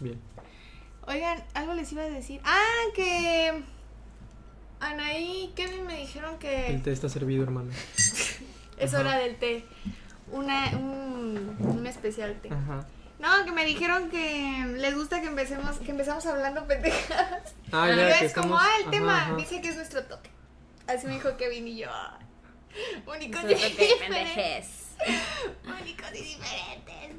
Bien. Oigan, algo les iba a decir. Ah, que. Anaí y Kevin me dijeron que El té está servido, hermano. es Ajá. hora del té. Una, un, un especial té. Ajá. No, que me dijeron que les gusta que empecemos, que empezamos hablando pendejadas. Ah, Y ya, yo, que es como, estamos- ah, el ajá, tema, ajá. dice que es nuestro toque. Así me dijo Kevin y yo. ah, Únicos y Nosotros que diferentes. pendejes. Únicos y diferentes.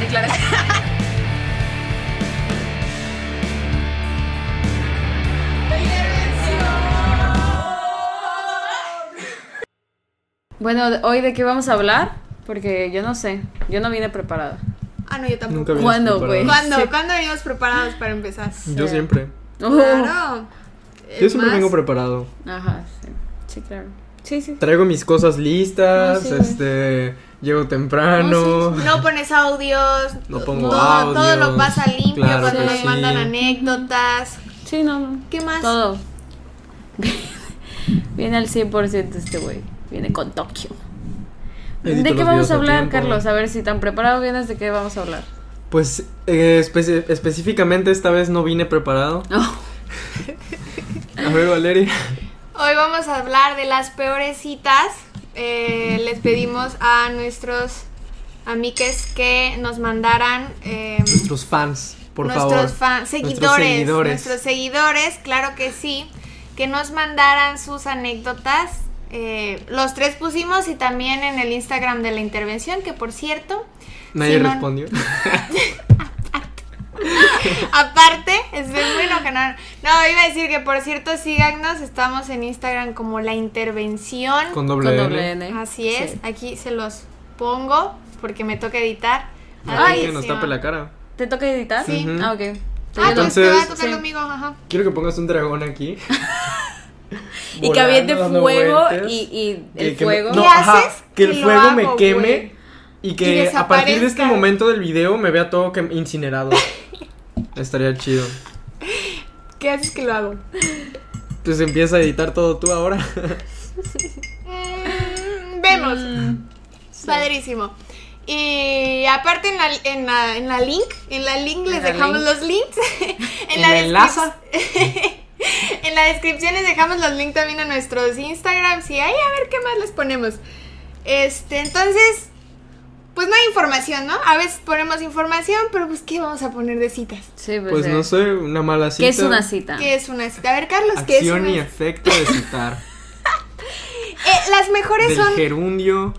Declaración. Bueno, ¿hoy de qué vamos a hablar? Porque yo no sé, yo no vine preparada. Ah, no, yo tampoco. Nunca vienes ¿Cuándo, preparado. güey? ¿Cuándo? Sí. ¿Cuándo venimos preparados para empezar? Yo siempre. Claro. Yo Es siempre más, vengo preparado. Oh. Ajá, sí. Sí, claro. Sí, sí. Traigo mis cosas listas, Ah, No, sí, güey. este, llego temprano. No, No pones audios. No pongo todo, Todo audios, lo pasa limpio claro cuando que nos sí. mandan anécdotas. Sí, no, no. ¿Qué más? Todo. Viene al 100% este güey. Viene con Tokio. Edito ¿De qué los vamos videos a a hablar, tiempo. Carlos? A ver si tan preparado vienes, ¿de qué vamos a hablar? Pues eh, espe- específicamente esta vez no vine preparado. A ver, Valeria. Hoy vamos a hablar de las peores citas. Eh, les pedimos a nuestros amigues que nos mandaran eh, Nuestros fans, por favor. nuestros fan- seguidores, nuestros seguidores, seguidores. claro que sí, que nos mandaran sus anécdotas. Eh, los tres pusimos y también en el Instagram de la intervención, que por cierto, Nadie si no- respondió. Aparte, estoy muy enojada. No, iba a decir que por cierto, síganos. Estamos en Instagram como La Intervención. Con doble, Con N. doble N. Así es. Sí. Aquí se los pongo porque me toca editar. Así Ay, que nos sí, tape ma. la cara. ¿Te toca editar? Sí. Ujú. Ah, ok. Ah, pues te Entonces- va a tocar Sí. conmigo, ajá. Quiero que pongas un dragón aquí. Y que aviente Volando, dando fuego vueltas. y, y Que- el que me- fuego. no, ¿Qué ajá, haces? Que Que el lo fuego me hago, queme güey. y Y que a partir de este desaparezca. momento del video me vea todo que incinerado. Estaría chido. ¿Qué haces que lo hago? Pues empieza a editar todo tú ahora. Mm, vemos. Padrísimo. Y aparte en la, en la, en la link, en la link les la dejamos link. los links. en, En la la enlaza. descrip- en la descripción les dejamos los links también a nuestros Instagrams y ahí a ver qué más les ponemos. Este, entonces, pues no hay información, ¿no? A veces ponemos información, pero pues ¿qué vamos a poner de citas? Sí, pues, Pues eh, no sé, una mala cita. ¿Qué es una cita? ¿Qué es una cita? A ver, Carlos, ¿qué es Acción una y efecto de citar. Eh, las mejores del son... gerundio.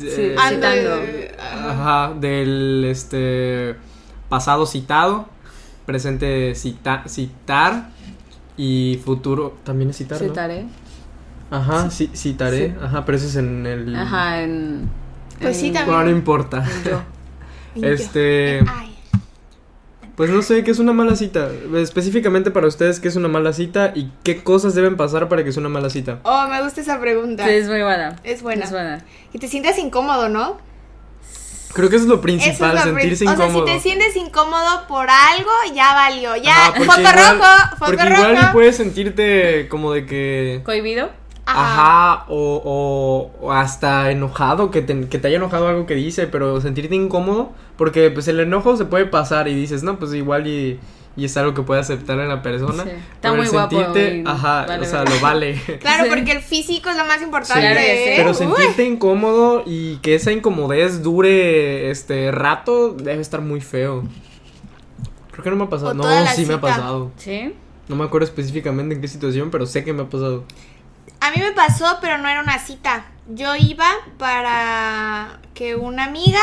eh, Ah, Ando- Citando. Ah, Ajá, del este pasado citado, presente cita- citar y futuro también es citar, ¿no? Citaré. Ajá, ci- citaré, Sí. ajá, pero eso es en el Ajá, en. Pues en- sí, también. Bueno, no importa. Yo. Este, ah, Ay. pues no sé qué es una mala cita, específicamente para ustedes qué es una mala cita y qué cosas deben pasar para que sea una mala cita. Oh, me gusta esa pregunta. Sí, es muy buena. Es buena. Es buena. Y te sientas incómodo, ¿no? Creo que eso es lo Eso principal, es lo sentirse pri- o sea, incómodo. si te sientes incómodo por algo, ya valió. Ya, Ajá, porque foco igual- rojo, foco Porque rojo. igual y puedes sentirte como de que. ¿Cohibido? Ajá. Ajá, o, o- o hasta enojado, que te, que te haya enojado algo que dice, pero sentirte incómodo, porque pues el enojo se puede pasar y dices, no, pues igual y, y es algo que puede aceptar en la persona. Sí. Está pero el muy guapo sentirte, y ajá, vale o sea, verga. lo vale. Claro, Sí. porque el físico es lo más Sí, importante. Claro que sí. ¿eh? pero Uy, sentirte incómodo y que esa incomodez dure este rato debe estar muy feo. Creo que no me ha pasado. O no, toda la sí me ha cita. pasado. Sí. No me acuerdo específicamente en qué situación, pero sé que me ha pasado. A mí me pasó, pero no era una cita. Yo iba para que una amiga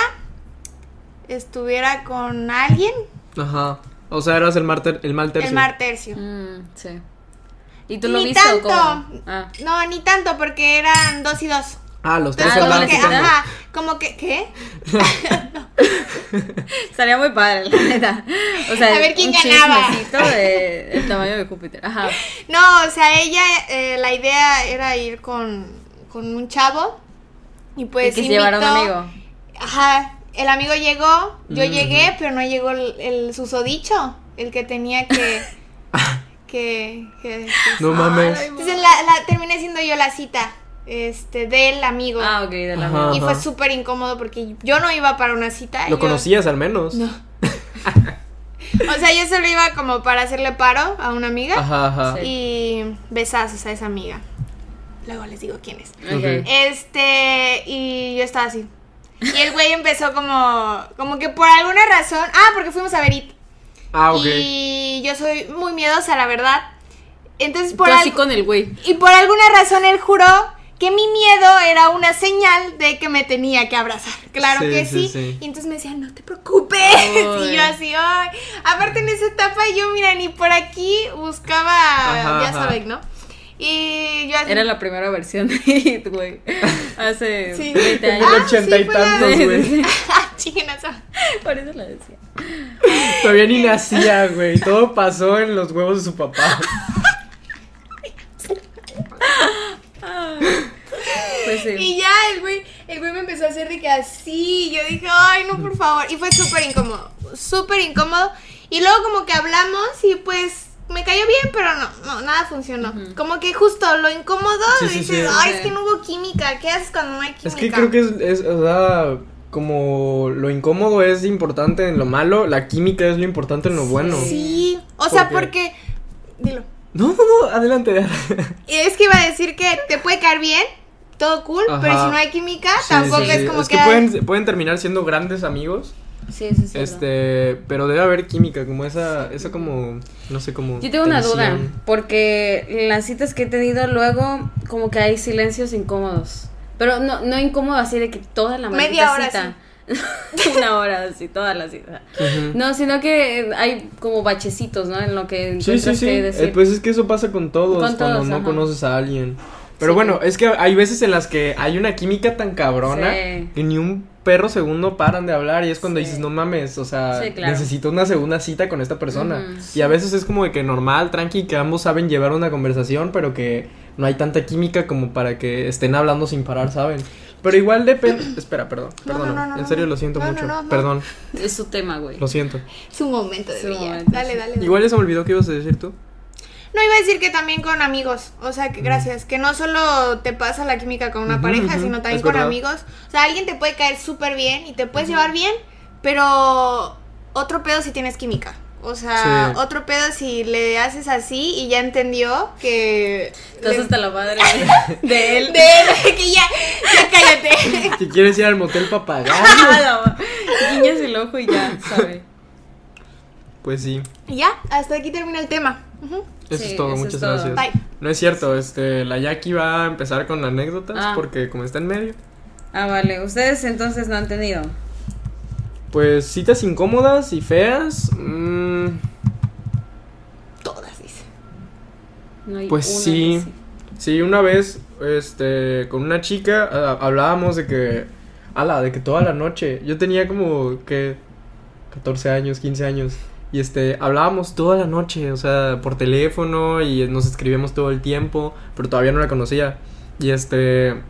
estuviera con alguien Ajá. O sea, eras el, marter, el mal tercio. el mar tercio. Mm, sí. ¿Y tú lo Ni viste o tanto. cómo? Ah. No, ni tanto, porque eran dos y dos. Ah, los tres Entonces, Ah, como andaban que, citando. ajá, como que, ¿qué? Estaría muy padre, la neta. O sea, A ver quién un ganaba. chismecito de el tamaño de Júpiter. Ajá. No, o sea, ella, eh, la idea era ir con, con un chavo y pues y que se invitó- llevara un amigo. Ajá, el amigo llegó, yo Mm. llegué, pero no llegó el, el susodicho, el que tenía que... que, que- No mames. Ah, Entonces la, la terminé siendo yo, yo la cita este del amigo. Ah, ok, de la Ajá. mano. Y fue súper incómodo porque yo no iba para una cita. Lo yo- conocías al menos. No. O sea, yo solo iba como para hacerle paro a una amiga Ajá, ajá. Sí. y besazos a esa amiga. Luego les digo quién es. Ok. Este, y yo estaba así. Y el güey empezó como, como que por alguna razón. Ah, porque fuimos a ver It. Ah, ok. Y yo soy muy miedosa, la verdad. Entonces, por Tú así algo- con el güey. Y por alguna razón él juró que mi miedo era una señal de que me tenía que abrazar. Claro Sí, que sí, sí. sí. Y entonces me decía, no te preocupes. Ay. Y yo así, ay. Aparte en esa etapa yo, mira, ni por aquí buscaba, Ajá, ya ajá. saben, ¿no? Y yo así... Era la primera versión de It, güey. Hace Sí. 20 El años. Ah, ochenta sí, y fue la- tantos, güey. Ah, chinguen a su- Por eso la decía. Todavía ni nacía, güey. Todo pasó en los huevos de su papá. Pues sí. Y ya el güey, el güey me empezó a hacer de que así. y Yo dije, ay, no, por favor. Y fue súper incómodo, súper incómodo. Y luego como que hablamos y pues me cayó bien, pero no, no, nada funcionó. Como que justo lo incómodo, Sí, sí, dices, sí. ay, Sí. es que no hubo química. ¿Qué haces cuando no hay química? Es que creo que es, es, o sea, como lo incómodo es importante en lo malo, la química es lo importante en lo bueno. Sí, o ¿Por sea, qué? porque... Dilo. No, no, no, Ah, adelante. Es que iba a decir que te puede caer bien, todo cool, pero Ajá. si no hay química, Sí, tampoco sí, sí. es como es que, ay, pueden, pueden terminar siendo grandes amigos, Sí, eso es cierto. este, pero debe haber química, como esa, esa como, no sé, como... Yo tengo una duda, tensión. porque en las citas que he tenido luego como que hay silencios incómodos. Pero no, no incómodo así de que toda la maldita Media hora, cita. una hora así, toda la cita. Ujú. No, sino que hay como bachecitos, ¿no? En lo que Sí, encuentras sí, sí. que Eh, decir. pues es que eso pasa con todos, Con cuando todos, no ajá. conoces a alguien. Pero Sí. bueno, es que hay veces en las que hay una química tan cabrona Sí. que ni un perro segundo paran de hablar y es cuando Sí. dices, no mames, o sea, Sí, claro. necesito una segunda cita con esta persona. Ujú. Y a veces es como de que normal, tranqui, que ambos saben llevar una conversación, pero que no hay tanta química como para que estén hablando sin parar, ¿saben? Pero igual depende... Espera, perdón, No, no, perdón, no, no, en no, serio no. lo siento No, no, mucho, no, no. perdón, Es su tema, güey. lo siento. Es un momento de Es un brillar. momento, Dale, sí. dale, dale. Igual ya se me olvidó que ibas a decir tú. No, iba a decir que también con amigos. O sea, que gracias. Que no solo te pasa la química con una Ujú, pareja, ujú, sino también es con verdad. amigos. O sea, alguien te puede caer súper bien y te puedes llevar bien, pero otro pedo si tienes química. O sea, Sí. otro pedo si le haces así y ya entendió que. Estás le- hasta la madre de- de él. de él, que ya, ya cállate. Que quieres ir al motel para Ah, la ma- Guiñas el ojo y ya, sabe. Pues sí, Y ya, hasta aquí termina el tema. Ujú. eso Sí, es todo, eso es muchas todo. gracias. Bye. No es cierto, este, la Jackie va a empezar con anécdotas Ah. porque como está en medio, Ah, vale. Ustedes entonces no han tenido. pues citas incómodas y feas, mm, Todas, dice. No hay Pues una que sí. sí, una vez, este, con una chica ah, hablábamos de que, ala, de que toda la noche, yo tenía como que 14 años, 15 años. Y este, hablábamos toda la noche, o sea, por teléfono y nos escribíamos todo el tiempo, pero todavía no la conocía. Y este,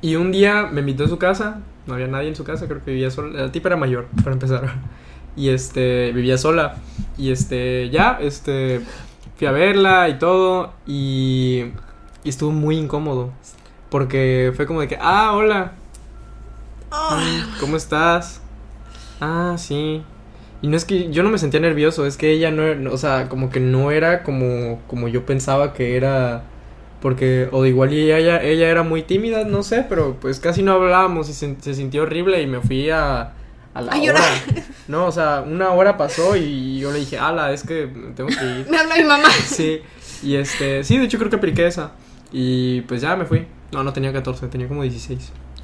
y un día me invitó a su casa, no había nadie en su casa, creo que vivía sola, la tipa era mayor, para empezar. Y este, vivía sola. Y este, ya, este, fui a verla y todo, y, y estuvo muy incómodo. Porque fue como de que, ah, hola, Oh, ¿Cómo estás? Ah, sí. Y no es que yo no me sentía nervioso, es que ella no, er- no, o sea, como que no era como, como yo pensaba que era, porque, o igual y ella, ella era muy tímida, no sé, pero pues casi no hablábamos y se, se sintió horrible y me fui a, a la hora. A llorar. No, o sea, una hora pasó y yo le dije, ala, es que tengo que ir. me habla mi mamá. Sí, y este, sí, de hecho creo que apliqué esa. Y pues ya me fui. No, no tenía 14, tenía como 16.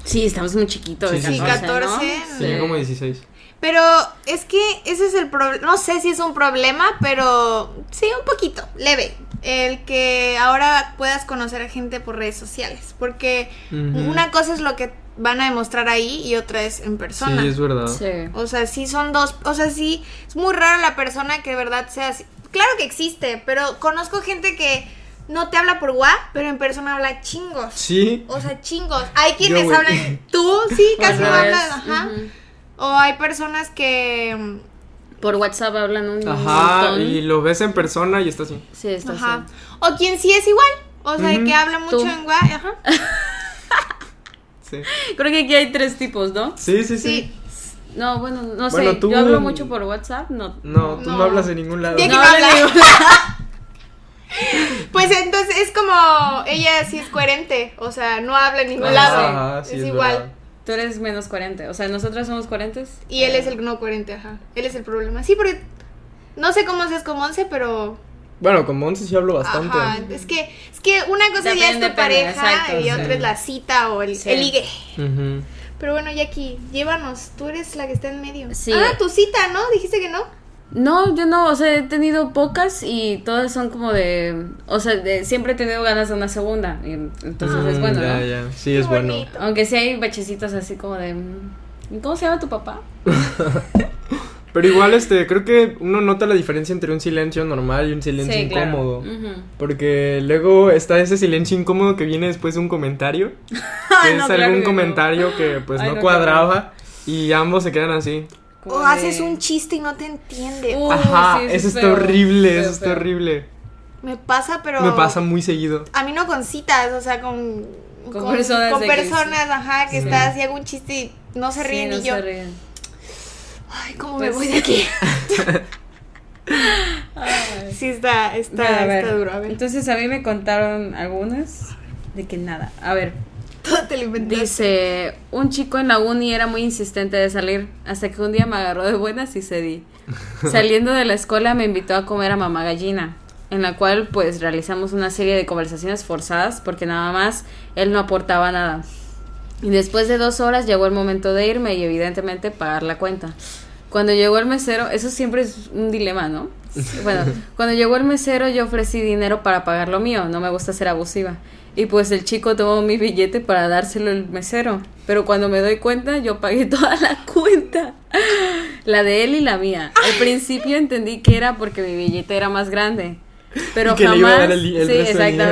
Sí, estamos muy chiquitos. Sí, sí. 14, ¿no? Sí. Tenía como 16. Pero es que ese es el problema. No sé si es un problema, pero sí, un poquito, leve. El que ahora puedas conocer a gente por redes sociales. Porque Ujú. una cosa es lo que van a demostrar ahí y otra es en persona. Sí, es verdad. Sí. O sea, sí son dos. O sea, sí es muy rara la persona que de verdad sea así. Claro que existe, pero conozco gente que no te habla por WhatsApp, pero en persona habla chingos. Sí. O sea, chingos. Hay quienes güey. hablan. Tú sí, casi no Ajá. hablas. Ajá. Ujú. O hay personas que. mm, Por WhatsApp hablan un Ajá, montón. y lo ves en persona y está así. Sí, está Ajá. así. O quien sí es igual. O sea, Ujú. que habla mucho Tú. en guay. Ajá. Sí, Creo que aquí hay tres tipos, ¿no? sí, sí. sí. Sí. No, bueno, no Bueno, sé. tú- Yo hablo mucho por WhatsApp, no. No, tú no. No. hablas de ningún lado. De aquí No no habla habla. ningún- Pues entonces es como ella sí es coherente, o sea, no habla en ningún Ajá, lado. ajá, Ah, sí, es, es igual. verdad. Tú eres menos 40. O sea, nosotras somos 40. Y él Eh. es el no coherente, ajá. Él es el problema. Sí, porque no sé cómo seas como once, pero Bueno, con Monse sí hablo bastante. ajá, es que es que una cosa ya es Depende, tu pareja depende, exacto, y sí. otra es la cita o el, Sí. el ligue. Ujú. Pero bueno, Jackie, llévanos, tú eres la que está en medio. Sí. Ah, tu cita, ¿no? Dijiste que no. No, yo no, o sea, he tenido pocas y todas son como de, o sea, de- siempre he tenido ganas de una segunda, y entonces es Mm, bueno, ya, ¿no? ya. Sí, Qué es bueno. bonito. Aunque sí hay bachecitos así como de, mm, ¿cómo se llama tu papá? Pero igual, este, creo que uno nota la diferencia entre un silencio normal y un silencio sí, claro. incómodo. Ujú. Porque luego está ese silencio incómodo que viene después de un comentario. que Ay, es no, claro algún que no. comentario que pues Ay, no, no, cuadraba y ambos se quedan así. Como O de- haces un chiste y no te entiende. Uy, Ajá, Uh, sí, sí, eso es está feo, horrible, feo, eso está feo. horrible. Me pasa, pero Me pasa muy seguido. A mí no con citas, o sea, con, Con personas con de que personas, ajá, que Sí. estás y hago un chiste y no se Sí, ríen no y yo, se ríen. ay, ¿cómo me Pues- voy de aquí? Ay. Sí, está, Ah, está, Bueno, a ver, está duro, a ver. Entonces a mí me contaron algunas de que nada, a ver, Todo te lo inventaste. Dice, un chico en la uni era muy insistente de salir, hasta que un día me agarró de buenas y cedí. Saliendo de la escuela me invitó a comer a mamá gallina, en la cual pues realizamos una serie de conversaciones forzadas porque nada más él no aportaba nada. Y después de dos horas llegó el momento de irme y evidentemente pagar la cuenta. Cuando llegó el mesero, eso siempre es un dilema, ¿no? Bueno, cuando llegó el mesero yo ofrecí dinero para pagar lo mío, no me gusta ser abusiva. Y pues el chico tomó mi billete para dárselo el mesero, pero cuando me doy cuenta yo pagué toda la cuenta, la de él y la mía. Al principio entendí que era porque mi billete era más grande, pero Y que le jamás... iba a dar el- el sí, resto del dinero.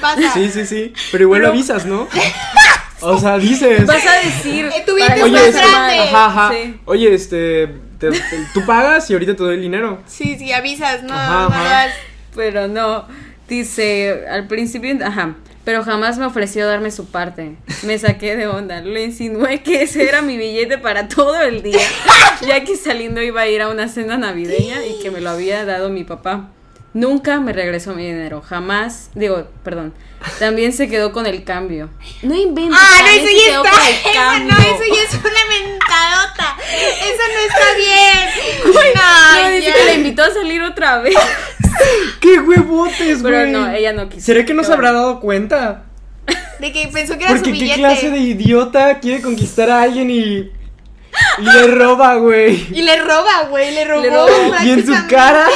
Pasa, pasa. Sí, sí, sí. Pero igual Pero- avisas, ¿no? O sea, dices. Vas a decir... Eh, tu billete es para que más no se grande. mal. Ajá, ajá. Sí. Oye, este, te- te- tú pagas y ahorita te doy el dinero. Sí, sí, avisas, no, Ajá, no ajá. hagas- Pero no, dice al principio, ajá, pero jamás me ofreció darme su parte. Me saqué de onda, le insinué que ese era mi billete para todo el día, ya que saliendo iba a ir a una cena navideña y que me lo había dado mi papá. Nunca me regresó mi dinero, jamás, digo, perdón, también se quedó con el cambio. No inventes. Ah, no, también eso se ya quedó está, con el Emma, no, cambio. eso ya es una mentadota. Eso no está bien. No, No, dice ya. que la invitó a salir otra vez. ¡Qué huevotes, güey! Pero no, ella no quiso. ¿Será que no se Qué habrá dado cuenta? De que pensó que era su Porque billete. qué clase de idiota quiere conquistar a alguien y, y le roba, güey. Y le roba, güey, le robó. robó. Y en su prácticamente. cara.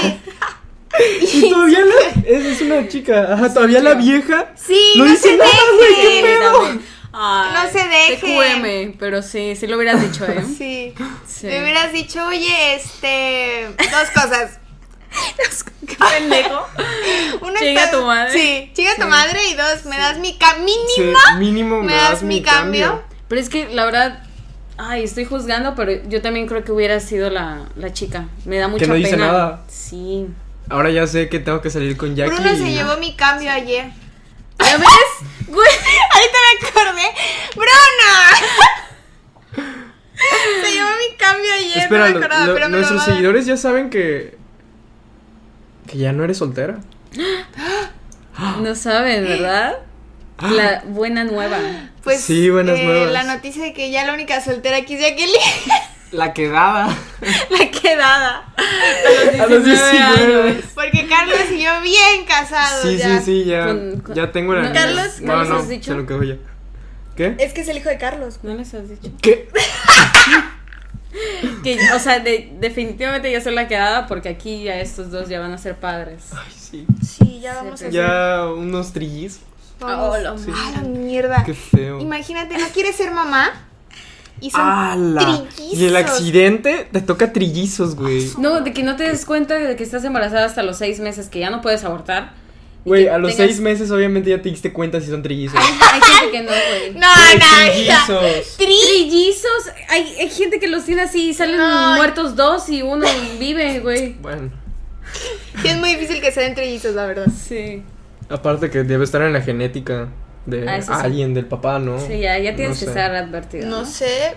Y todavía la, es, es una chica, ajá, todavía la vieja Sí, no, no dice se nada, güey, qué deje. pedo. No se dejen. deje. TQM, pero sí, sí lo hubieras dicho, ¿eh? Sí. Sí. Me hubieras dicho, oye, este. Dos cosas. Qué pendejo. Una Chinga está- tu madre. Sí, chinga tu Sí. madre. Y dos, me das mi ca- mínimo. Sí, mínimo ¿Me das mi cambio? Pero es que la verdad, ay, estoy juzgando, pero yo también creo que hubiera sido la, la chica. Me da mucha no dice pena. nada. Sí. Ahora ya sé que tengo que salir con Jackie. Bruno se y- llevó mi cambio ayer. ¿Ya ves? Güey, ahorita me acordé. ¡Bruno! se llevó mi cambio ayer. Espera, no me lo- acordaba, lo- pero me lo nuestros va a dar. seguidores ya saben que. que ya no eres soltera. No saben, ¿verdad? La buena nueva. Pues, Sí, buenas eh, nuevas. La noticia de que ya la única soltera aquí es Jacqueline. La quedaba. La quedada. A los 19. Porque Carlos y yo bien casados. Sí, ya. sí, sí, ya. Con- con- Ya tengo la. ¿No Carlos- no, no les no, has dicho? se lo quedo ya. ¿Qué? Es que es el hijo de Carlos. ¿No les has dicho? ¿Qué? Que, o sea, de- definitivamente ya soy la quedada porque aquí ya estos dos ya van a ser padres. Ay, sí. Sí, ya vamos Sí, a hacer. Ya unos trillizos. Vamos. Ah, hola, Sí. Ah, la mierda. Qué feo. Imagínate, no quieres ser mamá y son ¡Hala! trillizos. Y el accidente te toca trillizos, güey. No, de que no te des cuenta de que estás embarazada hasta los seis meses, que ya no puedes abortar. Y Güey, que a los tengas- seis meses obviamente ya te diste cuenta si son trillizos. Hay gente que no, güey. No, Güey, no, hija. trillizos. Tri- Trillizos, hay, hay gente que los tiene así y salen No. muertos dos y uno vive, güey. Bueno. Sí, es muy difícil que sean trillizos, la verdad. Sí. Aparte que debe estar en la genética de Ah, eso sí. alguien, del papá, ¿no? Sí, ya, ya Mm, No tienes que sé. estar advertido. No ¿no? sé.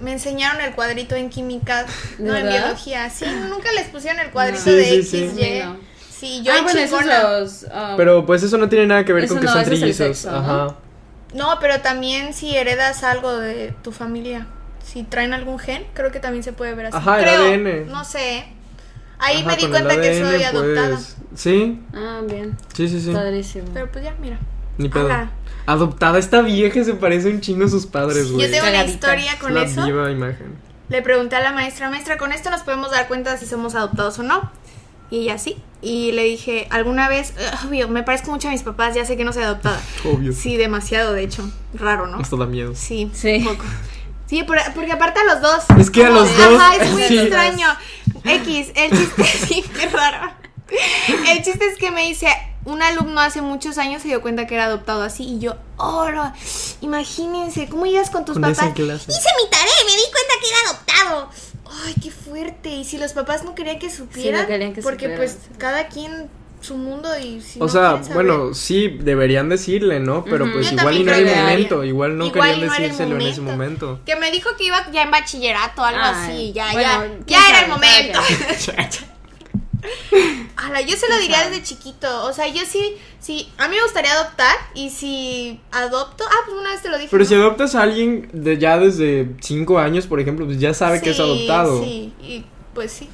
Me enseñaron el cuadrito en química, no en ¿Verdad? biología. Sí, nunca les pusieron el cuadrito Sí, de sí, X, sí. Y. No. Sí, yo ah, en bueno, esos chingona. los. ah, Pero pues eso no tiene nada que ver Eso con que no, son eso es el trillizos. sexo, ¿no? Ajá. No, pero también si heredas algo de tu familia, si traen algún gen, creo que también se puede ver así. Ajá, el creo, ADN. No sé. Ahí Ajá, me di con el cuenta que soy ADN, adoptada. pues, Sí, Ah, bien. sí, sí, sí. Padrísimo. Pero pues ya, mira. Ni pedo. Ala. Adoptada esta vieja se parece un chingo a sus padres, güey. Yo tengo una Cagadita. historia Es con la eso. viva imagen. Le pregunté a la maestra, maestra, con esto nos podemos dar cuenta si somos adoptados o no. Y ella sí. Y le dije, alguna vez, eh, obvio, me parezco mucho a mis papás, ya sé que no soy adoptada. Obvio. Sí, demasiado, de hecho. Raro, ¿no? Hasta da miedo. Sí, Sí. un poco. Sí, por- porque aparte a los dos. Es que a Como- los dos, Ajá, es muy sí. extraño. X, el chiste, sí, qué raro. El chiste es que me dice, un alumno hace muchos años se dio cuenta que era adoptado así y yo, oro, imagínense, ¿cómo ibas con tus Con papás? esa clase. Hice mi tarea y me di cuenta que era adoptado. Ay, qué fuerte. Y si los papás no querían que supieran, querían que porque supieran, pues sí. cada quien su mundo y si O no sea, quieren saber- bueno, sí, deberían decirle, ¿no? Pero Ujú. pues Yo igual y también no creo era el que momento, deberían. igual no Igual querían y no era el decírselo en ese momento. Que me dijo que iba ya en bachillerato, algo Ay, así. Ya, Ah, bueno, ya. quién Ya era el sabe, cada momento. Ala, yo se lo diría desde chiquito. O sea, yo sí, sí. A mí me gustaría adoptar. Y si adopto. Ah, pues una vez te lo dije. Pero ¿no? si adoptas a alguien de ya desde 5 años, por ejemplo, pues ya sabe que es Sí, adoptado. Sí, Sí, y pues sí.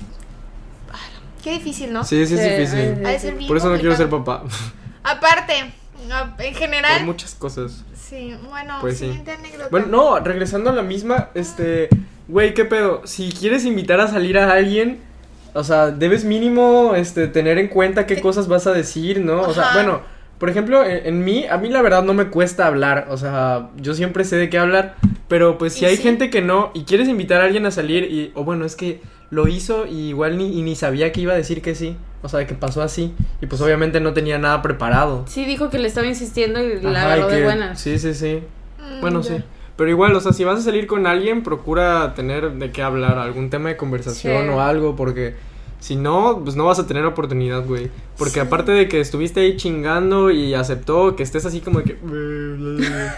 Ala, qué difícil, ¿no? sí, es Sí, difícil. ay, Ha de ser bien Por eso no quiero ser complicado. papá. Aparte, no, en Por general. muchas cosas. Sí, bueno, Pues sí. siguiente anécdota. Bueno, no, regresando a la misma, este, güey, qué pedo. Si quieres invitar a salir a alguien, o sea, debes mínimo, este, tener en cuenta qué ¿Qué? cosas vas a decir, ¿no? O sea, Ajá. bueno, por ejemplo, en, en mí, a mí la verdad no me cuesta hablar, o sea, yo siempre sé de qué hablar, pero pues si Y hay sí. gente que no y quieres invitar a alguien a salir y, o bueno, es que lo hizo y igual ni, y ni sabía que iba a decir que sí, o sea, que pasó así y pues obviamente no tenía nada preparado. Sí, dijo que le estaba insistiendo y la Ajá, y agarró de que- buenas. Sí, sí, sí. Mm, Bueno, ya. sí. Pero igual, o sea, si vas a salir con alguien, procura tener de qué hablar, algún tema de conversación Sí. o algo, porque si no, pues no vas a tener oportunidad, güey. Porque aparte de que estuviste ahí chingando y aceptó que estés así como que...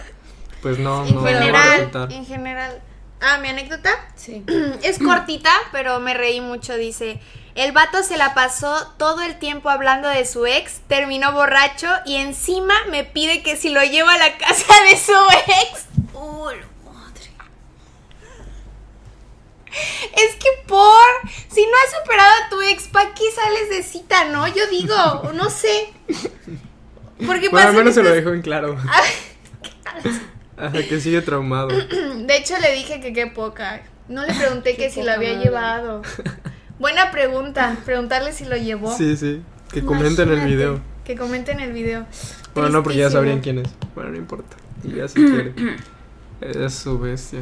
Pues no, En no, no va a general, resultar. en general. Ah, mi anécdota. Sí. Es cortita, pero me reí mucho, dice. El vato se la pasó todo el tiempo hablando de su ex, terminó borracho y encima me pide que si lo lleva a la casa de su ex. ¡Uh, la madre! Es que por... Si no has superado a tu ex, ¿pa' qué sales de cita, no? Yo digo, no sé. Bueno, Porque al pasan menos se lo estas- dejó en claro. Ajá, que sigue traumado. De hecho, le dije que qué poca. No le pregunté que si lo poca había madre. llevado. Buena pregunta. Preguntarle si lo llevó. Sí, sí. Que comenten el Imagínate, video. Que comenten el video. Bueno, no, porque ya Tristísimo. sabrían quién es. Bueno, no importa. Y ya si quiere. Es su bestia.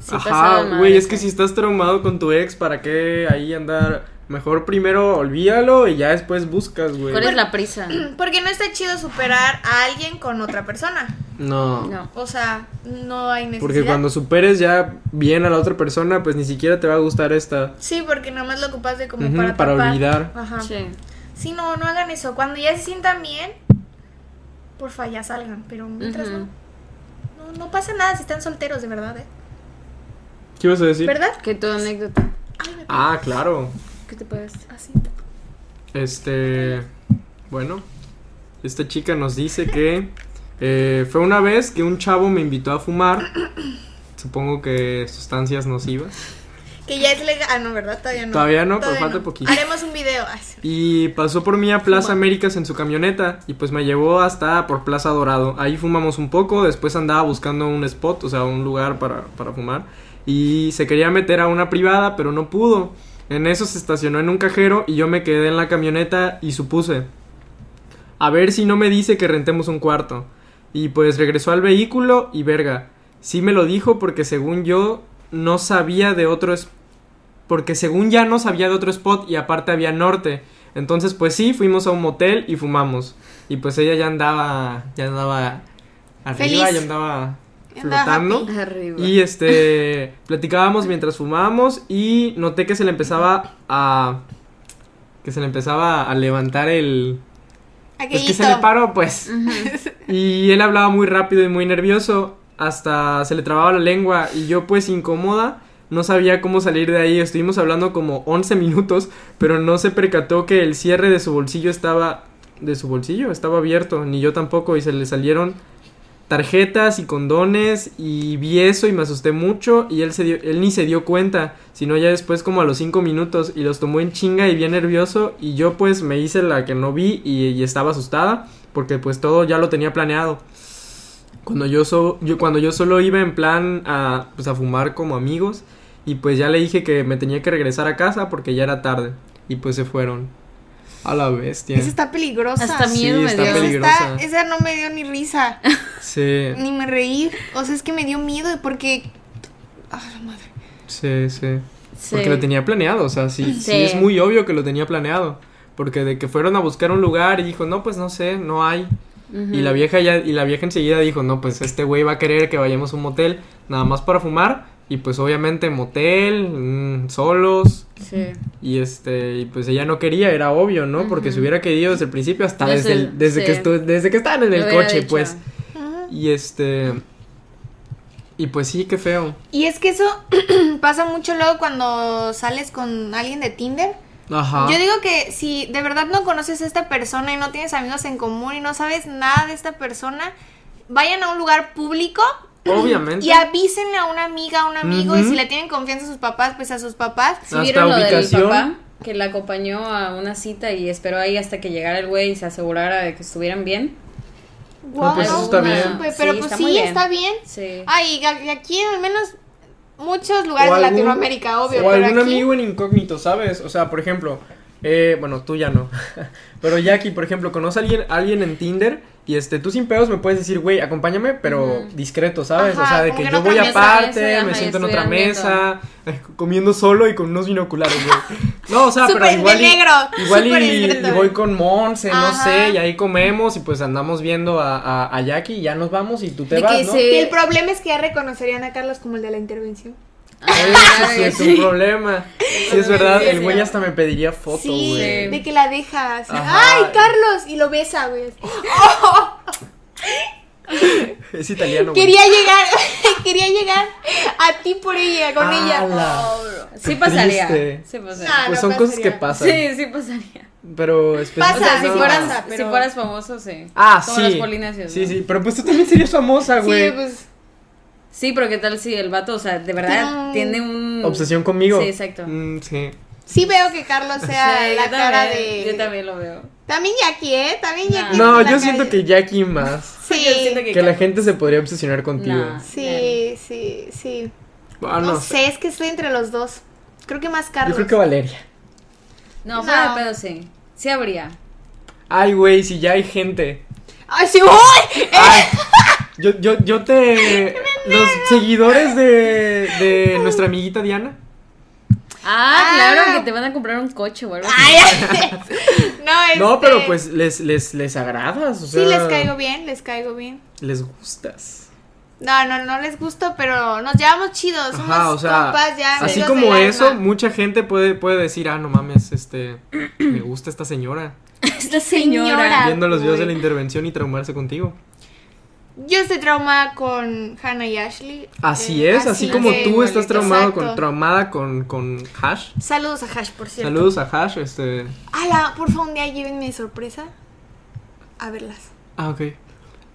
Sí, pasaba Ajá, de güey, madre, es que si ¿eh? sí. estás traumado con tu ex, ¿para qué ahí andar? Mejor primero olvídalo y ya después buscas, güey. e- ¿Cuál es la prisa? Porque no está chido superar a alguien con otra persona. No. No. O sea, no hay necesidad. Porque cuando superes ya bien a la otra persona, pues ni siquiera te va a gustar esta. Sí, porque nada más lo ocupas de como Ujú, para para tapar. olvidar. Ajá. Sí. Sí. no, no hagan eso. Cuando ya se sientan bien, porfa, ya salgan. Pero mientras Ujú. no. No, no pasa nada si están solteros, de verdad, ¿eh? ¿Qué ibas a decir? ¿Verdad? Que tu anécdota. Ay, me Ah, claro. ¿Qué te pasa? así. Este. Bueno, esta chica nos dice que eh, fue una vez que un chavo me invitó a fumar. Supongo que sustancias nocivas. Que ya es legal. Ah, no, ¿verdad? Todavía no. Todavía no, pero falta poquito. Haremos un video. Ay, sí. Y pasó por mí a Plaza Américas en su camioneta y pues me llevó hasta por Plaza Dorado. Ahí fumamos un poco, después andaba buscando un spot, o sea, un lugar para, para fumar. Y se quería meter a una privada, pero no pudo. En eso se estacionó en un cajero y yo me quedé en la camioneta y supuse. A ver si no me dice que rentemos un cuarto. Y pues regresó al vehículo y verga. Sí me lo dijo porque según yo no sabía de otro spot. Porque según ya no sabía de otro spot y aparte había norte. Entonces, pues sí, fuimos a un motel y fumamos. Y pues ella ya andaba, ya andaba arriba, Feliz. ya andaba Andaba flotando. happy. Arriba. Y este, platicábamos mientras fumábamos y noté que se le empezaba a que se le empezaba a levantar el Es Aquellito. que se le paró, pues. Y él hablaba muy rápido y muy nervioso, hasta se le trababa la lengua y yo pues incómoda, no sabía cómo salir de ahí. Estuvimos hablando como 11 minutos, pero no se percató que el cierre de su bolsillo estaba de su bolsillo, estaba abierto, ni yo tampoco y se le salieron tarjetas y condones y vi eso y me asusté mucho y él se dio- él ni se dio cuenta, sino ya después como a los cinco minutos y los tomó en chinga y bien nervioso y yo pues me hice la que no vi y, y estaba asustada porque pues todo ya lo tenía planeado. Cuando yo, so- yo cuando yo solo iba en plan a pues a fumar como amigos y pues ya le dije que me tenía que regresar a casa porque ya era tarde y pues se fueron. A la bestia. Esa está peligrosa. Hasta Sí, miedo me está dio. Esa peligrosa. Eh. está- esa no me dio ni risa, Sí, ni me reí. O sea, es que me dio miedo porque. Ah, la madre. sí, sí. Sí. Porque lo tenía planeado, o sea, sí, sí. Sí. es muy obvio que lo tenía planeado. Porque de que fueron a buscar un lugar y dijo, no, pues no sé, no hay. Ujú. Y la vieja ya, y la vieja enseguida dijo, no, pues este güey va a querer que vayamos a un motel, nada más para fumar. Y pues obviamente motel, mm, solos. Sí. Y este, y pues ella no quería, era obvio, ¿no? Porque si hubiera querido desde el principio hasta Desde desde, el- el- desde que sí. estu- desde que estaban en Lo el hubiera coche, dicho. pues. Ajá. Y este. Y pues sí, qué feo. Y es que eso pasa mucho luego cuando sales con alguien de Tinder. Ajá. Yo digo que si de verdad no conoces a esta persona y no tienes amigos en común y no sabes nada de esta persona, vayan a un lugar público Obviamente. y avísenle a una amiga, a un amigo, y Ujú. si le tienen confianza a sus papás, pues a sus papás. ¿Sí Hasta vieron lo ubicación. del papá? Que la acompañó a una cita y esperó ahí hasta que llegara el güey y se asegurara de que estuvieran bien. No, pues eso está Guau, bien. pues, pero Sí, pues está sí, muy bien. está bien. Sí. Ay, a- y aquí al menos muchos lugares O de algún- Latinoamérica, obvio. O pero algún aquí- amigo en incógnito, ¿sabes? O sea, por ejemplo, eh, bueno, tú ya no. pero Jackie, por ejemplo, conoce a alguien, a alguien en Tinder y este, tú sin pedos me puedes decir, güey, acompáñame, pero discreto, ¿sabes? o Ajá, sea, de como que que en yo otra voy mesa, aparte, ese, ajá, me y siento en otra estuvieran viendo. mesa, eh, comiendo solo y con unos binoculares, güey. No, o sea, pero Súper de igual. y- negro, igual súper y, discreto, y güey. voy con Monse, no Ajá. sé, y ahí comemos y pues andamos viendo a, a, a Jackie y ya nos vamos y tú te De vas, que ¿no? se- Y el problema es que ya reconocerían a Carlos como el de la intervención. Ese sí es un problema. Sí, es verdad. El güey Sí. hasta me pediría foto, sí, güey. de que la dejas. Ajá. Oh, ¡Ay, Carlos! Y lo besa, güey. Es italiano, güey. Quería llegar, quería llegar a ti por ella, con ella. ¡Hala! Oh, Sí pasaría. triste. Sí Ah, pasaría. Pues no son cosas pasaría. que pasan. Sí, sí pasaría. Pero O sea, si específicamente- sí fueras, pasa, pero- si fueras famoso, sí. Ah, Como sí. los polineses. Sí, ¿no? sí. Pero pues tú también serías famosa, güey. Sí, pues. Sí, pero ¿qué tal si el vato, o sea, de verdad Mm. tiene un... Obsesión conmigo. Sí, exacto. Mm, sí. Sí veo que Carlos sea Sí, la yo cara también- de. Yo también lo veo. También Jackie, ¿eh? También No. Jackie. No, es la yo cara siento de- que Jackie más. Sí, Yo siento Que la Carlos- gente se podría obsesionar contigo. Nah. sí, sí, sí. Ah, no no. sé. es que estoy entre los dos. Creo que más Yo Carlos. creo que Valeria. No, fuera No. de pedo, sí. Sí habría. Ay, güey, si ya hay gente. ¡Ay, sí! ¡Uy! Ay, yo, yo, yo te. Los seguidores de, de nuestra amiguita Diana. Ah, Ah. claro, que te van a comprar un coche o algo así. ¡Ay! no, este... No, pero pues les, les, les agradas, o sea. Sí, les caigo bien, les caigo bien. Les gustas. No, no, no les gusto, pero nos llevamos chidos. Somos Ajá, o sea, compas ya. así amigos como del eso, alma. mucha gente puede, puede decir, ah, no mames, este, me gusta esta señora. Esta Señora. Ah, Viendo los videos de la güey. intervención y traumarse contigo. Yo estoy traumada con Hannah y Ashley. Así Eh, es, así como que, tú estás igualito, traumado con, exacto. traumada con, con Hash. Saludos a Hash, por cierto. Saludos a Hash, este. Ala, por favor, un día llévenme de sorpresa a verlas. Ah, ok.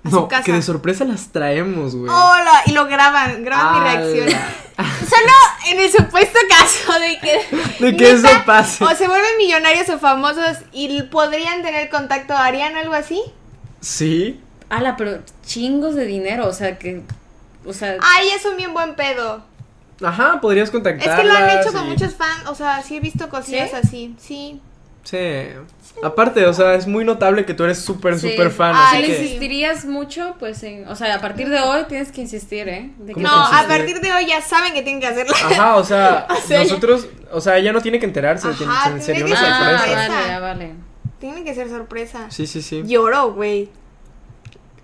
A su No, casa. que de sorpresa las traemos, güey. Hola, y lo graban, graban mi Ala. reacción. Solo en el supuesto caso de que. De que eso pase. O se vuelven millonarios o famosos y podrían tener contacto, harían algo así. Sí. Ala, pero chingos de dinero, o sea, que... O sea, Ah, Ay, es un bien buen pedo. Ajá, podrías Es contactarlas. que lo han hecho con y- muchos fans, o sea, sí he visto cosillas ¿Sí? así, sí. Sí. Aparte, o sea, es muy notable que tú eres súper, Sí. súper fan. Ay, así si que... le insistirías mucho, pues, en- o sea, a partir de hoy tienes que insistir, ¿eh? De que ¿Cómo Ah. No, que a insiste? partir de hoy ya saben que tienen que hacerlo. Ajá, o sea, O sea, nosotros, o sea, ella no tiene que enterarse, Ah, Ajá, tiene- se- tiene sería que una ser Ah, sorpresa. sorpresa. vale, ya vale. Tienen que ser sorpresa. Sí, sí, sí. Lloro, güey.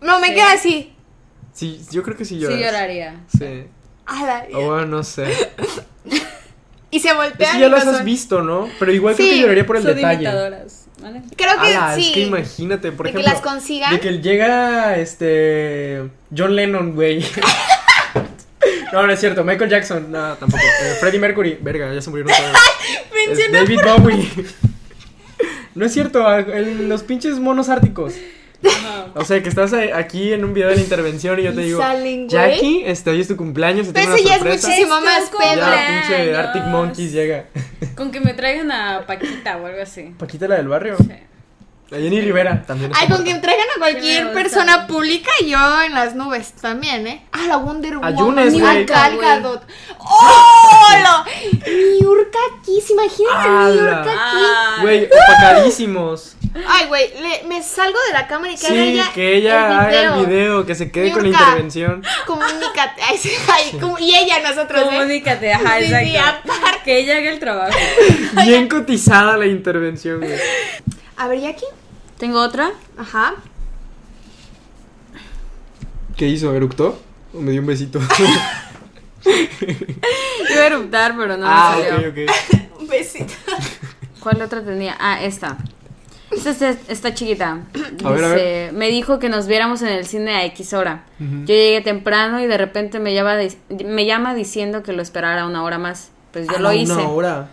No, me Sí. queda así. Sí, yo creo que sí lloras. Sí lloraría. Sí. Ala, O bueno, no sé. Y se Es voltean que ya y las no has son. visto, ¿no? Pero igual creo Sí, que lloraría por el Son detalle. imitadoras. ¿vale? Creo que Ala, sí. Es que imagínate, por de ejemplo. que las consigan. De que llega este. John Lennon, güey. no, no es cierto. Michael Jackson, no, tampoco. Eh, Freddie Mercury, verga, ya se murieron todos. Es Menciona- David Bowie. no es cierto, a- el- los pinches monos árticos. O sea, que estás a- aquí en un video de la intervención y yo te Y digo, salen, güey. Jackie, este, hoy es tu cumpleaños, te tengo Pero eso una ya es sorpresa. muchísimo. más Ya, pedo. pinche Arctic Monkeys llega. Con que me traigan a Paquita o algo así. Paquita la del barrio. Sí. La Jenny Rivera también. está Ay, con muerta. quien traigan a Sí, cualquier me persona gusta. pública, yo en las nubes también, ¿eh? Ah, la A Wonder Woman. Yunes, Niurka, güey. Gal Gadot. ¡Oh! la- Niurka aquí, ¿se ¡Hala! imaginan Niurka aquí? Ay, Güey, opacadísimos. Ay, güey, le- me salgo de la cámara y que haga Sí, ella que ella el video. haga el video, que se quede con la Niurka. intervención. Comunícate. Ay, sí, ay, como- y ella a nosotros, ¿eh? Comunícate, ajá, Sí, sí, exacto. que ella haga el trabajo. Bien cotizada la intervención, güey. A ver, ¿y aquí? ¿Tengo otra? Ajá. ¿Qué hizo? ¿Eructó? ¿O me dio un besito? Iba a eruptar, pero no ah, me salió. ok, ok. Un besito. ¿Cuál otra tenía? Ah, esta. Esta es- esta está chiquita. Dice, A ver, a Me dijo que nos viéramos en el cine a X hora. Ujú. Yo llegué temprano y de repente me llama, dis- me llama diciendo que lo esperara una hora más. Pues yo Ah, lo una hice. hora.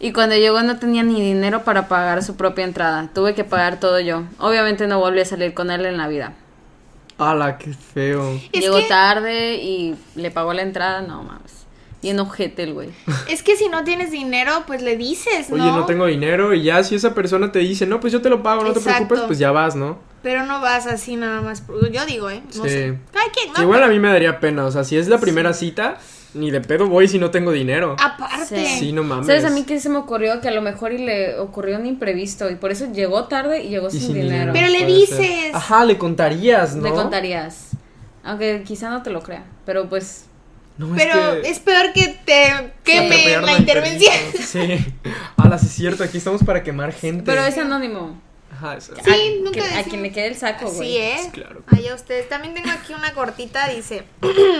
Y cuando llegó no tenía ni dinero para pagar su propia entrada. Tuve que pagar todo yo. Obviamente no volví a salir con él en la vida. Ala, qué feo. Es Llegó que- tarde y le pagó la entrada. No mames. Bien ojete el güey. Es que si no tienes dinero, pues le dices, ¿no? Oye, no tengo dinero y ya si esa persona te dice, no, pues yo te lo pago, no te Exacto. preocupes, pues ya vas, ¿no? Pero no vas así nada más. Yo digo, ¿eh? No Sí. sé. Cada quien, ¿no? Que igual a mí me daría pena, o sea, si es la primera cita, ni de pedo voy si no tengo dinero. Ah, Aparte. Sí, no mames. ¿Sabes a mí que se me ocurrió? Que a lo mejor y le ocurrió un imprevisto y por eso llegó tarde y llegó Y sin, sin dinero. dinero. Pero le puede ser. dices. Ajá, le contarías, ¿no? Le contarías. Aunque quizá no te lo crea, pero pues... No, Pero que es peor que te queme en atropellaron la al intervención. perrito. Sí. Ala, sí es cierto, aquí estamos para quemar gente. Pero es anónimo. Ajá, eso. Sí, A- nunca que- A decimos. quien le quede el saco, güey. Sí, ¿eh? Pues claro. Ahí a ustedes. También tengo aquí una cortita, dice.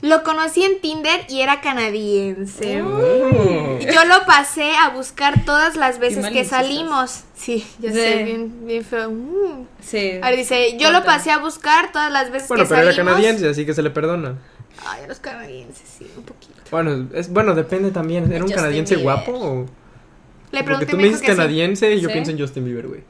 lo conocí en Tinder y era canadiense. Oh. Yo lo pasé a buscar todas las veces mal que hiciste. salimos. Sí, yo Sí. sé, bien, bien feo. Mm. Sí. A ver, dice, yo lo Cuéntame. pasé a buscar todas las veces Bueno, que pero era salimos. canadiense, así que se le perdona. Ay, a los canadienses, sí, un poquito. Bueno, es, bueno, depende también. ¿Era un Justin canadiense Bieber. guapo o.? Le Porque pregunté y tú me me dijo dices que sí. canadiense y yo ¿Sí? pienso en Justin Bieber, güey.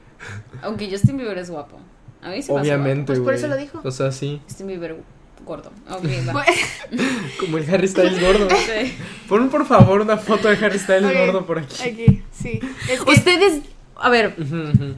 Aunque Justin Bieber es guapo. A mí se me hace Obviamente, Pues güey. por eso lo dijo. O sea, sí. guapo. Justin Bieber gordo. Ok, va. Este, Como el Harry Styles gordo. Sí. Pon por favor una foto de Harry Styles Ok. gordo por aquí. Aquí, sí. Es que- Ustedes... A ver, Ujú, ujú.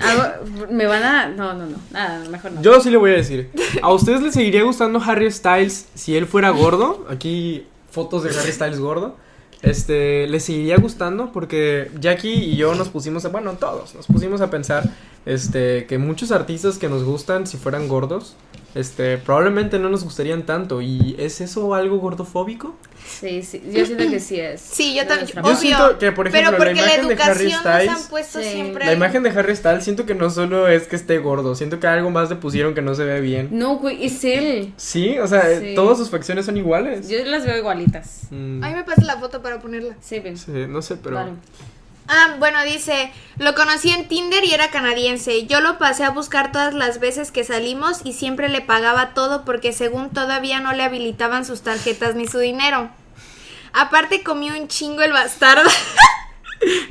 hago- me van a... No, no, no. Nada, mejor no. Yo sí le voy a decir. ¿A ustedes les seguiría gustando Harry Styles si él fuera gordo? Aquí fotos de Harry Styles gordo. Este, les seguiría gustando porque Jackie y yo nos pusimos a, bueno, todos, nos pusimos a pensar este que muchos artistas que nos gustan si fueran gordos, este, probablemente no nos gustarían tanto y ¿es eso algo gordofóbico? Sí, sí. Yo siento que sí es. Sí, yo de también. nuestra Yo obvio. parte. siento que, por ejemplo, Pero la porque la, imagen de Harry educación nos han Styles- puesto Sí. siempre. La imagen de Harry Styles siento que no solo es que esté gordo, siento que algo más le pusieron que no se ve bien. No, güey, es él. Sí, o sea, Sí. todas sus facciones son iguales. Yo las veo igualitas. Mm, Ahí me pasa la foto para ponerla. Sí, bien. sí, no sé, pero Vale. Ah, bueno, dice, lo conocí en Tinder y era canadiense. Yo lo pasé a buscar todas las veces que salimos y siempre le pagaba todo porque según todavía no le habilitaban sus tarjetas ni su dinero. Aparte comí un chingo el bastardo.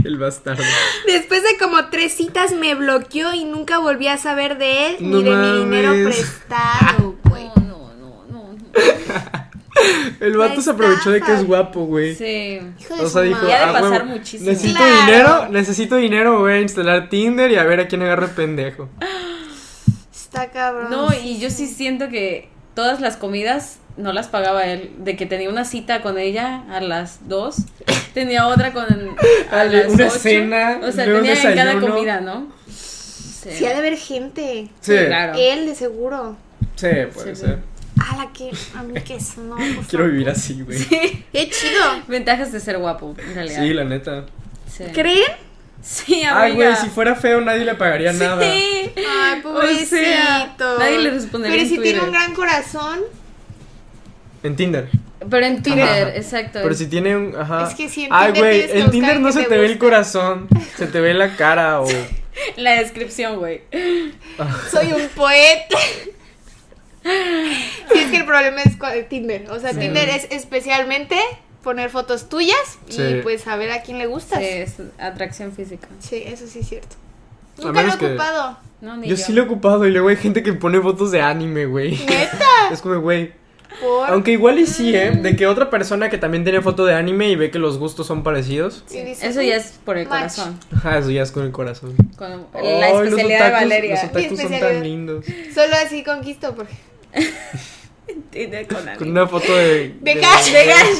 el bastardo. Después de como tres citas me bloqueó y nunca volví a saber de él No ni de mi dinero mames. prestado, güey. No, no, no, no. no. El La vato se aprovechó de que es estafa. guapo, güey. Sí. Hijo de O sea, su dijo, madre. Ya de "Ah, pasar huevo, muchísimo". Necesito Claro. dinero, necesito dinero, voy a instalar Tinder y a ver a quién agarro el pendejo. Está cabrón. No, y yo sí siento que todas las comidas no las pagaba él. De que tenía una cita con ella a las 2, tenía otra con. A Ale, las una ocho. cena, O sea, luego tenía en cada desayuno. comida, ¿no? Sí. Sí, ha de haber gente. Sí, claro. Él, de seguro. sí, puede Sí, ser. A la que. A mí que es, no. por favor. Quiero vivir así, güey. ¡Qué chido! Ventajas de ser guapo, en realidad. Sí, la neta. Sí. ¿Creen? Sí, amiga. Ay, güey, si fuera feo nadie le pagaría nada. Sí. Ay, O sea, nadie le respondería Pero en si tiene Twitter. un gran corazón. En Tinder. Pero en Twitter, Ajá. exacto. Pero si tiene un. Ajá. Es que sí, en Ay, Tinder güey, tienes que en buscar Tinder no que se te te ve el guste. corazón, se te ve la cara o. La descripción, güey. Soy un poeta. Sí, es que el problema es cua- Tinder. O sea, Sí. Tinder es especialmente poner fotos tuyas Sí. y pues a ver a quién le gustas. Sí, Sí, es atracción física. eso sí es cierto. A Nunca lo he menos que- ocupado. No, ni Yo, yo. sí lo he ocupado y luego hay gente que pone fotos de anime, güey. Neta, Es como, güey. por. Aunque igual y sí, ¿eh? De que otra persona que también tiene foto de anime y ve que los gustos son parecidos. y dices, Eso ya es por el Match. corazón. Ajá, eso ya es con el corazón. Con la Ay, Oh, los especialidad de otakus- Los Valeria. Mi otakus son especialidad. tan lindos. Solo así conquisto, porque. Tinder con Con una foto de. De Cash. De Gash.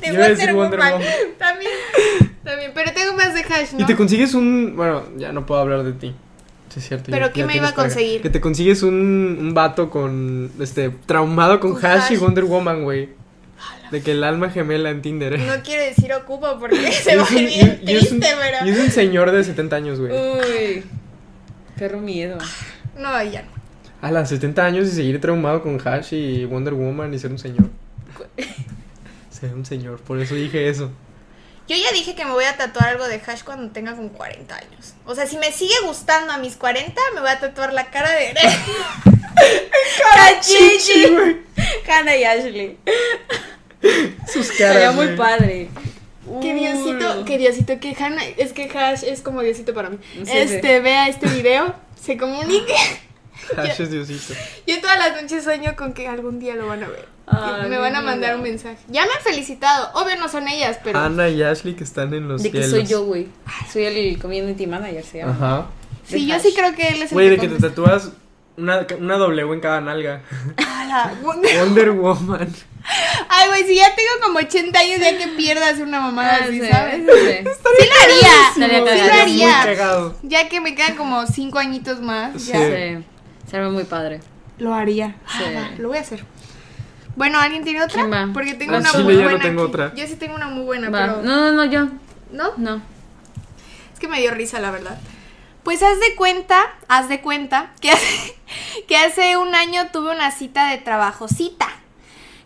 De Yo iba a decir Wonder Woman. Wonder También, también. Pero tengo más de hash, Y ¿no? te consigues un. Bueno, ya no puedo hablar de ti. Sí, es cierto. ¿Pero ya- qué ya me iba tienes a pareja. conseguir? Que te consigues un, un vato con. Este. Traumado con Con Hash y Hash. Wonder Woman, güey. De que el alma gemela en Tinder. eh. No quiero decir ocupo porque se Y va es a un- ir bien y- y es triste, un- pero. Y es un señor de 70 años, güey. Uy. Perro miedo. No, ya no. A las 70 años y seguir traumado con Hash y Wonder Woman y ser un señor. ser un señor, por eso dije eso. Yo ya dije que me voy a tatuar algo de hash cuando tenga como 40 años. O sea, si me sigue gustando a mis 40, me voy a tatuar la cara de. Cachichi. güey. Hannah y Ashley. Sus caras. Sería muy güey. padre. Que Uh. Diosito, que Diosito, que Hannah, es que Hash es como Diosito para mí. Sí, sí. este, vea este video, se comunique. Hash es Diosito. Yo todas las noches sueño con que algún día lo van a ver. Ay, Y me van a mi mandar vida. un mensaje. Ya me han felicitado, obvio no son ellas, pero... Ana y Ashley que están en los De que cielos. soy yo, güey. Soy el community manager, se llama. Ajá. sí, de yo hash. sí creo que él es el Güey, de que que te contesta. tatúas una, una W en cada nalga. Ala, Wonder Woman. Ah, Ay, güey, si ya tengo como 80 años, ya que pierdas una mamada Ah, así, sí, ¿sabes? sí, sí. Sí lo haría, sí Estaría lo cagado. muy haría. cagado. Ya que me quedan como 5 añitos más, Sí. ya. Sí. Sería muy padre. Lo haría. Sí. Ah, lo voy a hacer. Bueno, ¿alguien tiene otra? ¿Quién va? Porque tengo Al una chile muy ya Ah, no buena. tengo aquí. otra. Yo sí tengo una muy buena, Va. pero. No, no, no, yo. ¿No? No. Es que me dio risa, la verdad. Pues haz de cuenta, haz de cuenta que hace, que hace un año tuve una cita de trabajo, cita,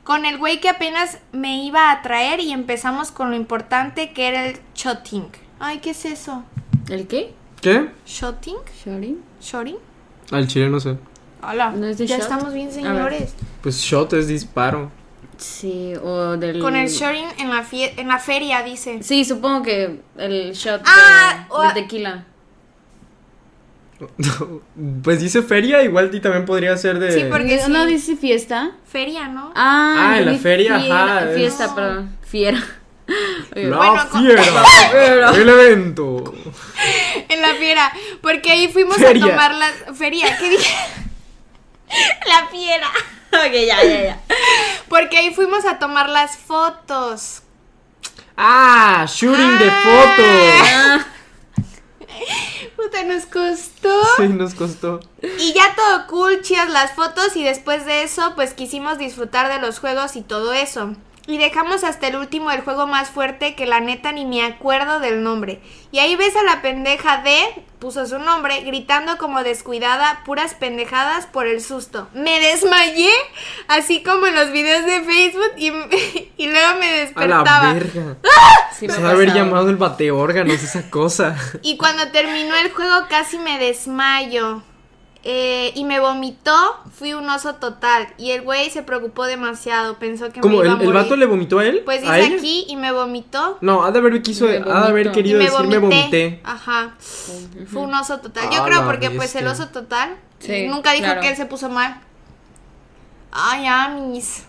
con el güey que apenas me iba a traer y empezamos con lo importante que era el shotting. Ay, ¿qué es eso? ¿El qué? ¿Qué? ¿Shotting? ¿Shori? ¿Shotting? Al chile no sé. Hola. ¿No es de ya shot? estamos bien, A ver. señores. Pues shot es disparo. Sí, o del. Con el shotting en la, fie- en la feria, dice. Sí, supongo que el shot de- Ah, de, o- tequila. pues dice feria, igual ti también podría ser de. Sí, porque- ¿No, no dice fiesta? Feria, ¿no? Ah, Ah, en la entendí feria, fiera- ajá, es- Fiesta, perdón. Fiera. Oye, La Bueno, con- fiera. el evento. En la fiera, porque ahí fuimos Feria. a tomar la feria, ¿qué dije? la fiera, Ok, ya, ya, ya. porque ahí fuimos a tomar las fotos. Ah, shooting de Ah. fotos. Ah, Puta, nos costó. Sí, nos costó. Y ya todo cool, chidas las fotos y después de eso, pues quisimos disfrutar de los juegos y todo eso. Y dejamos hasta el último el juego más fuerte que la neta ni me acuerdo del nombre. Y ahí ves a la pendeja de, puso su nombre, gritando como descuidada, puras pendejadas por el susto. Me desmayé, así como en los videos de Facebook y, y luego me A la despertaba. verga. sí me Se ha va a haber pasado. llamado el bateórganos, esa cosa. Y cuando terminó el juego casi me desmayo. Eh, y me vomitó, fui un oso total. Y el güey se preocupó demasiado, pensó que ¿Cómo? me ¿El, iba a el morir. vato le vomitó a él? Pues ¿A dice ella? aquí y me vomitó. No, ha de haber, quiso, ha Me de haber vomito. Y querido me decir me vomité. Ajá. Fue un oso total. A Yo creo Ah, la porque pues el bestia. oso total Sí, y nunca dijo claro. que él se puso mal. Ay, Amis.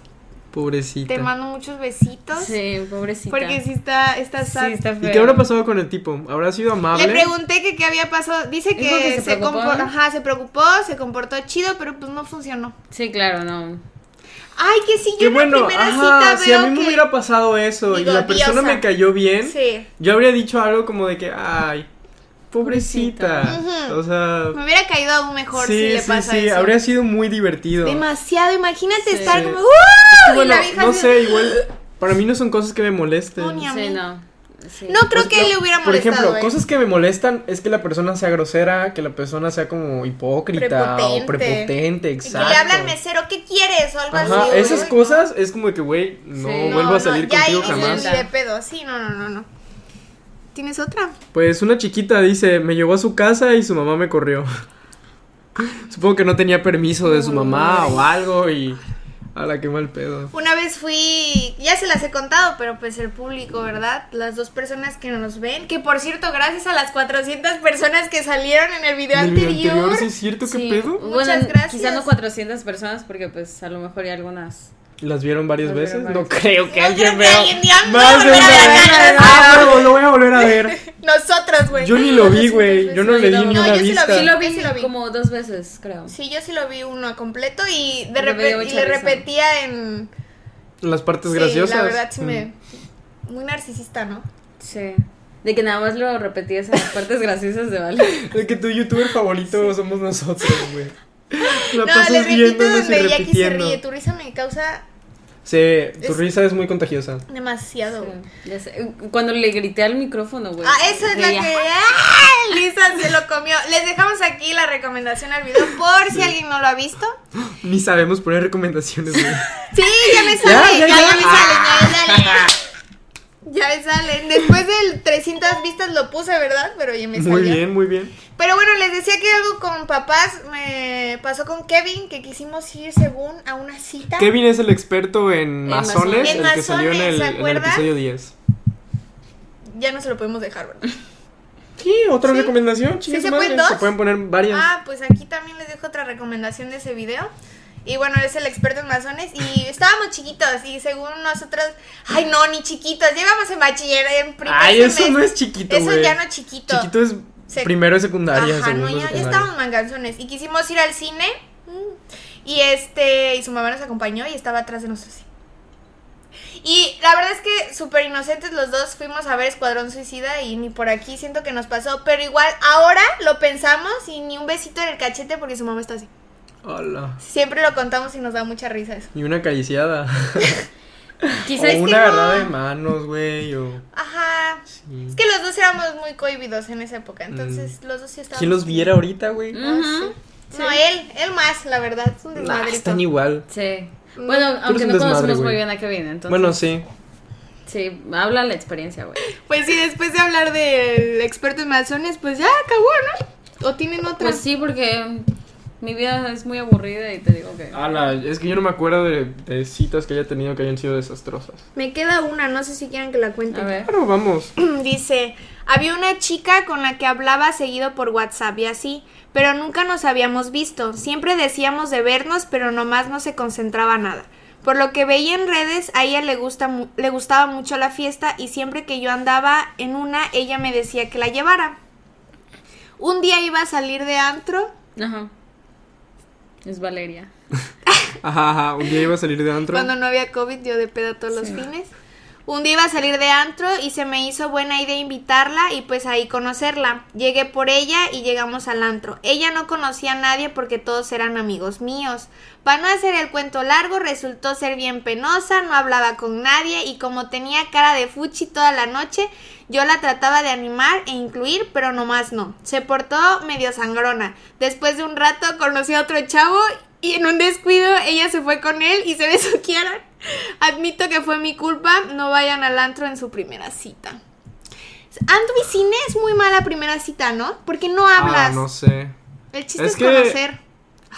Pobrecita. Te mando muchos besitos. Sí, pobrecita. Porque si está, está sad. sí, está feo. ¿Y qué habrá pasado con el tipo? ¿Habrá sido amable? Le pregunté que qué había pasado. Dice Dijo que que se se, preocupó, compor- ¿no? ajá, se preocupó, se comportó chido, pero pues no funcionó. Sí, claro, no. Ay, que sí, Qué yo en la bueno, primera ajá, cita si a veo mí me que- hubiera ¿eh? pasado eso Digo, y la persona diosa. me cayó bien, Sí. yo habría dicho algo como de que, ay, pobrecita. Pobrecita. Ujú. O sea, Me hubiera caído aún mejor si sí, le sí, pasa sí, eso. habría sido muy divertido. Demasiado, imagínate Sí. estar como Sí, ¡Uh! y bueno, la vieja no así- sé, igual, para mí no son cosas que me molesten. No, ni a- Sí, mí. no. Sí. No creo Pues, no, que le hubiera molestado. Por ejemplo, ¿eh? cosas que me molestan es que la persona sea grosera, que la persona sea como hipócrita o Prepotente. prepotente, Y exacto. Que le habla al mesero, ¿qué quieres? O algo así. Ajá, güey. esas cosas es como de que, güey, no Sí. vuelvo No, a salir no, ya contigo ahí dices, jamás. Ni de pedo, sí, no, no, no, no. ¿Tienes otra? Pues una chiquita dice, me llevó a su casa y su mamá me corrió. Supongo que no tenía permiso de su mamá o algo y... A la que mal pedo. Una vez fui, ya se las he contado, pero pues el público, ¿verdad? Las dos personas que nos ven, que por cierto, gracias a las 400 personas que salieron en el video ¿En el video anterior. anterior, ¿sí es cierto? ¿Qué Sí. pedo? Bueno, Muchas gracias. quizá no 400 personas porque pues a lo mejor hay algunas. ¿Las vieron varias Las veces? vieron No varias creo que No alguien creo que vea alguien diga, "Me más de voy a una volver a vez". ver, Ah, no, no. pero lo voy a volver a ver. Nosotros, güey. Yo ni lo vi, güey. Yo no le di ni No, una yo sí lo vista. vi. Sí lo vi, sí lo vi. como dos veces, creo. Sí, yo sí lo vi uno completo y de Me dio repente y mucha le risa. repetía en Las partes sí, graciosas. La verdad sí Mm. me muy narcisista, ¿no? Sí. De que nada más lo repetías en las partes graciosas de Vale. De que tu youtuber favorito somos nosotros, güey. La no, le pasas repito viéndonos y donde Jackie se repitiendo. ríe, tu risa me causa Sí, tu Es- risa es muy contagiosa. demasiado. güey. Sí, ya sé. Cuando le grité al micrófono, güey. Ah, esa es la Ella. que ¡Ah! Lisa se lo comió. Les dejamos aquí la recomendación al video por si alguien no lo ha visto. Ni sabemos poner recomendaciones, güey. Sí, ya me sale, ya, ya. ya, ya me sale, ya me sale. Ya me salen. Después del 300 vistas lo puse, ¿verdad? Pero ya me salió. Muy bien, muy bien. Pero bueno, les decía que algo con papás me pasó con Kevin, que quisimos ir según a una cita. Kevin es el experto en En masones, masones. el En que salió en masones, el, ¿se en el acuerdan? episodio 10. Ya no se lo podemos dejar, ¿verdad? Sí, otra Sí. recomendación, chicas. se pueden madres, dos? pueden poner varias. Ah, pues aquí también les dejo otra recomendación de ese video. Y bueno, es el experto en masones. Y estábamos chiquitos. Y según nosotros. Ay, no, ni chiquitos. Llegamos en bachiller. En primer Ay, eso no semestre. es chiquito, Eso güey. ya no es chiquito. Chiquito es Se- primero de secundaria, Ajá, segundo no, de ya, ya secundaria. estábamos manganzones. Y quisimos ir al cine. mm, Y este. Y su mamá nos acompañó y estaba atrás de nosotros. así. Y la verdad es que súper inocentes los dos fuimos a ver Escuadrón Suicida y ni por aquí siento que nos pasó. Pero igual ahora lo pensamos y ni un besito en el cachete porque su mamá está así. Hola. Siempre lo contamos y nos da mucha risa eso. Y una acariciada. Quizá o es una no. agarrada de manos, güey. O... Ajá. Sí. Es que los dos éramos muy cohibidos en esa época. Entonces los dos sí estábamos. Mm. ¿Quién los viera ahorita, güey? Mm, que- Nah, Ah, Ujú. No, él, él más, la verdad. Es un desmadrito. están igual. Sí. No, Bueno, eres aunque Mm. un no desmadre, conocemos güey. muy bien a Kevin, entonces. Bueno, sí. Sí, habla la experiencia, güey. Pues sí, después de hablar del experto en masones, pues ya acabó, ¿no? ¿O tienen otra? Pues sí, porque mi vida es muy aburrida y te digo que. Ala, es que yo no me acuerdo de, de citas que haya tenido que hayan sido desastrosas. Me queda una, no sé si quieren que la cuente. A ver. Claro, vamos. Dice, había una chica con la que hablaba seguido por WhatsApp y así, pero nunca nos habíamos visto. Siempre decíamos de vernos, pero nomás no se concentraba nada. Por lo que veía en redes, a ella le, gusta mu- le gustaba mucho la fiesta y siempre que yo andaba en una, ella me decía que la llevara. Un día iba a salir de antro Ajá. Es Valeria. Ajá, ajá. Un día iba a salir de antro. Cuando no había COVID, yo de peda todos los fines. Un día iba a salir de antro y se me hizo buena idea invitarla y pues ahí conocerla. Llegué por ella y llegamos al antro. Ella no conocía a nadie porque todos eran amigos míos. Para no hacer el cuento largo, resultó ser bien penosa, no hablaba con nadie y como tenía cara de fuchi toda la noche, yo la trataba de animar e incluir, pero nomás no. Se portó medio sangrona. Después de un rato conocí a otro chavo y en un descuido ella se fue con él y se besuquearon. Admito que fue mi culpa, no vayan al antro en su primera cita. Antro y cine es muy mala primera cita, ¿no? Porque no Ah, hablas. no sé. El chiste Es es, que- conocer.